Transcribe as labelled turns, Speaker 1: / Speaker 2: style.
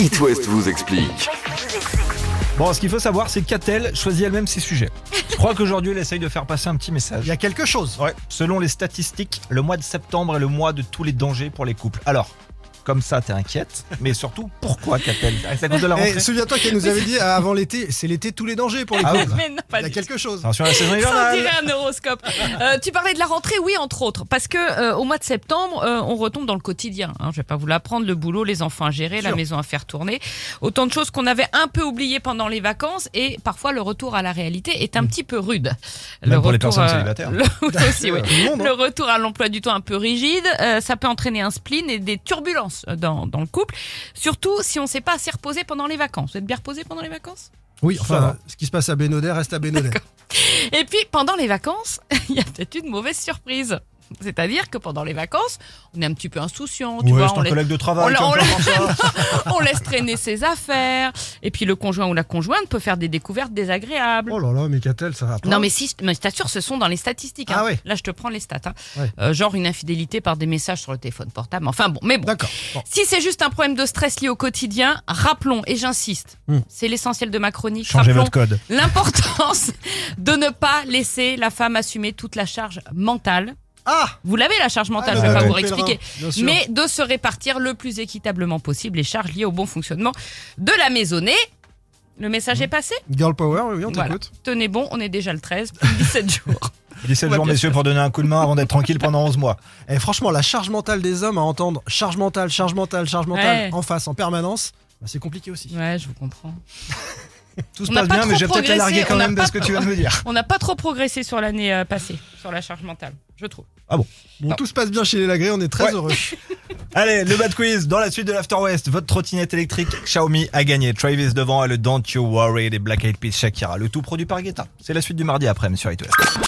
Speaker 1: It West vous explique.
Speaker 2: Bon, ce qu'il faut savoir, c'est qu'Atel choisit elle-même ses sujets. Je crois qu'aujourd'hui, elle essaye de faire passer un petit message.
Speaker 3: Il y a quelque chose.
Speaker 2: Ouais. Selon les statistiques, le mois de septembre est le mois de tous les dangers pour les couples. Alors, comme ça, t'es inquiète, mais surtout, pourquoi Catel C'est à cause de la rentrée
Speaker 3: Eh, Souviens-toi qu'elle nous avait dit euh, avant l'été, c'est l'été tous les dangers pour les
Speaker 2: Ah oui.
Speaker 3: couples.
Speaker 4: Mais non, pas
Speaker 3: Il y a
Speaker 4: du
Speaker 3: quelque chose.
Speaker 2: Attention à la saison
Speaker 4: Ça
Speaker 2: hivernale
Speaker 4: dirait un horoscope. Euh, tu parlais de la rentrée, oui, entre autres, parce que euh, au mois de septembre, euh, on retombe dans le quotidien. Hein, je vais pas vous l'apprendre, le boulot, les enfants à gérer, la maison à faire tourner, autant de choses qu'on avait un peu oubliées pendant les vacances, et parfois le retour à la réalité est un petit peu rude.
Speaker 2: Hmm. Même
Speaker 4: le
Speaker 2: pour les
Speaker 4: retour, euh,
Speaker 2: personnes célibataires.
Speaker 4: le- oui, aussi, oui.
Speaker 3: Tout le monde, hein.
Speaker 4: Le retour à l'emploi du temps un peu rigide, euh, ça peut entraîner un spleen et des turbulences euh, dans, dans le couple, surtout si on ne sait pas assez reposer pendant les vacances. Vous êtes bien reposé pendant les vacances
Speaker 3: Oui,
Speaker 2: Ça
Speaker 3: enfin,
Speaker 2: va.
Speaker 3: ce qui se passe à Bénodet reste à Bénodet.
Speaker 4: Et puis, pendant les vacances, il y a peut-être une mauvaise surprise. C'est-à-dire que pendant les vacances, on est un petit peu insouciant, tu
Speaker 2: Ouais,
Speaker 4: vois,
Speaker 2: c'est
Speaker 4: on,
Speaker 2: un
Speaker 4: lai-
Speaker 2: collègue de travail.
Speaker 4: on
Speaker 2: comme
Speaker 4: l'a-
Speaker 2: ça, comme ça.
Speaker 4: on laisse traîner ses affaires, et puis le conjoint ou la conjointe peut faire des découvertes désagréables.
Speaker 3: Oh là là, mais Catel, ça va pas.
Speaker 4: Non mais si, mais je t'assure, ce sont dans les statistiques. hein.
Speaker 3: Ah ouais.
Speaker 4: Là, je te prends les stats. hein.
Speaker 3: Ouais.
Speaker 4: Euh, genre une infidélité par des messages sur le téléphone portable. Enfin bon, mais bon.
Speaker 3: D'accord. Bon.
Speaker 4: Si c'est juste un problème de stress lié au quotidien, rappelons, et j'insiste,
Speaker 3: Hmm.
Speaker 4: c'est l'essentiel de ma chronique,
Speaker 2: Changez
Speaker 4: rappelons
Speaker 2: votre code.
Speaker 4: l'importance de ne pas laisser la femme assumer toute la charge mentale.
Speaker 3: Ah
Speaker 4: Vous l'avez la charge mentale,
Speaker 3: Ah,
Speaker 4: je vais
Speaker 3: le
Speaker 4: pas vous
Speaker 3: pèlerin,
Speaker 4: réexpliquer.
Speaker 3: bien sûr.
Speaker 4: Mais de se répartir le plus équitablement possible les charges liées au bon fonctionnement de la maisonnée. Le message est passé
Speaker 3: Girl Power, oui, Mmh. on
Speaker 4: Voilà.
Speaker 3: t'écoute.
Speaker 4: Tenez bon, on est déjà le 13, plus de 17 jours.
Speaker 2: 17
Speaker 4: Ouais,
Speaker 2: jours,
Speaker 4: bien
Speaker 2: messieurs, pour donner un coup de main avant d'être tranquille pendant 11 mois.
Speaker 3: Eh, franchement, la charge mentale des hommes à entendre charge mentale, charge mentale, charge mentale
Speaker 4: Ouais.
Speaker 3: en face, en permanence, bah, c'est compliqué aussi.
Speaker 4: Ouais, je vous comprends.
Speaker 2: Tout se
Speaker 4: On n'a
Speaker 2: passe
Speaker 4: pas
Speaker 2: bien, mais
Speaker 4: trop
Speaker 2: j'ai peut-être la
Speaker 4: progressé,
Speaker 2: larguer quand
Speaker 4: on n'a
Speaker 2: même de
Speaker 4: pas
Speaker 2: ce que tu viens de me dire.
Speaker 4: On n'a pas trop progressé sur l'année euh, passée, sur la charge mentale, je trouve.
Speaker 3: Bon,
Speaker 4: Non.
Speaker 3: tout se passe bien chez les Lagré, on est très
Speaker 2: Ouais.
Speaker 3: heureux.
Speaker 2: Allez, le bad quiz. Dans la suite de l'After West, votre trottinette électrique Xiaomi a gagné. Travis devant et le Don't You Worry des Black Eyed Peas Shakira. Le tout produit par Guetta. C'est la suite du mardi après, monsieur It West.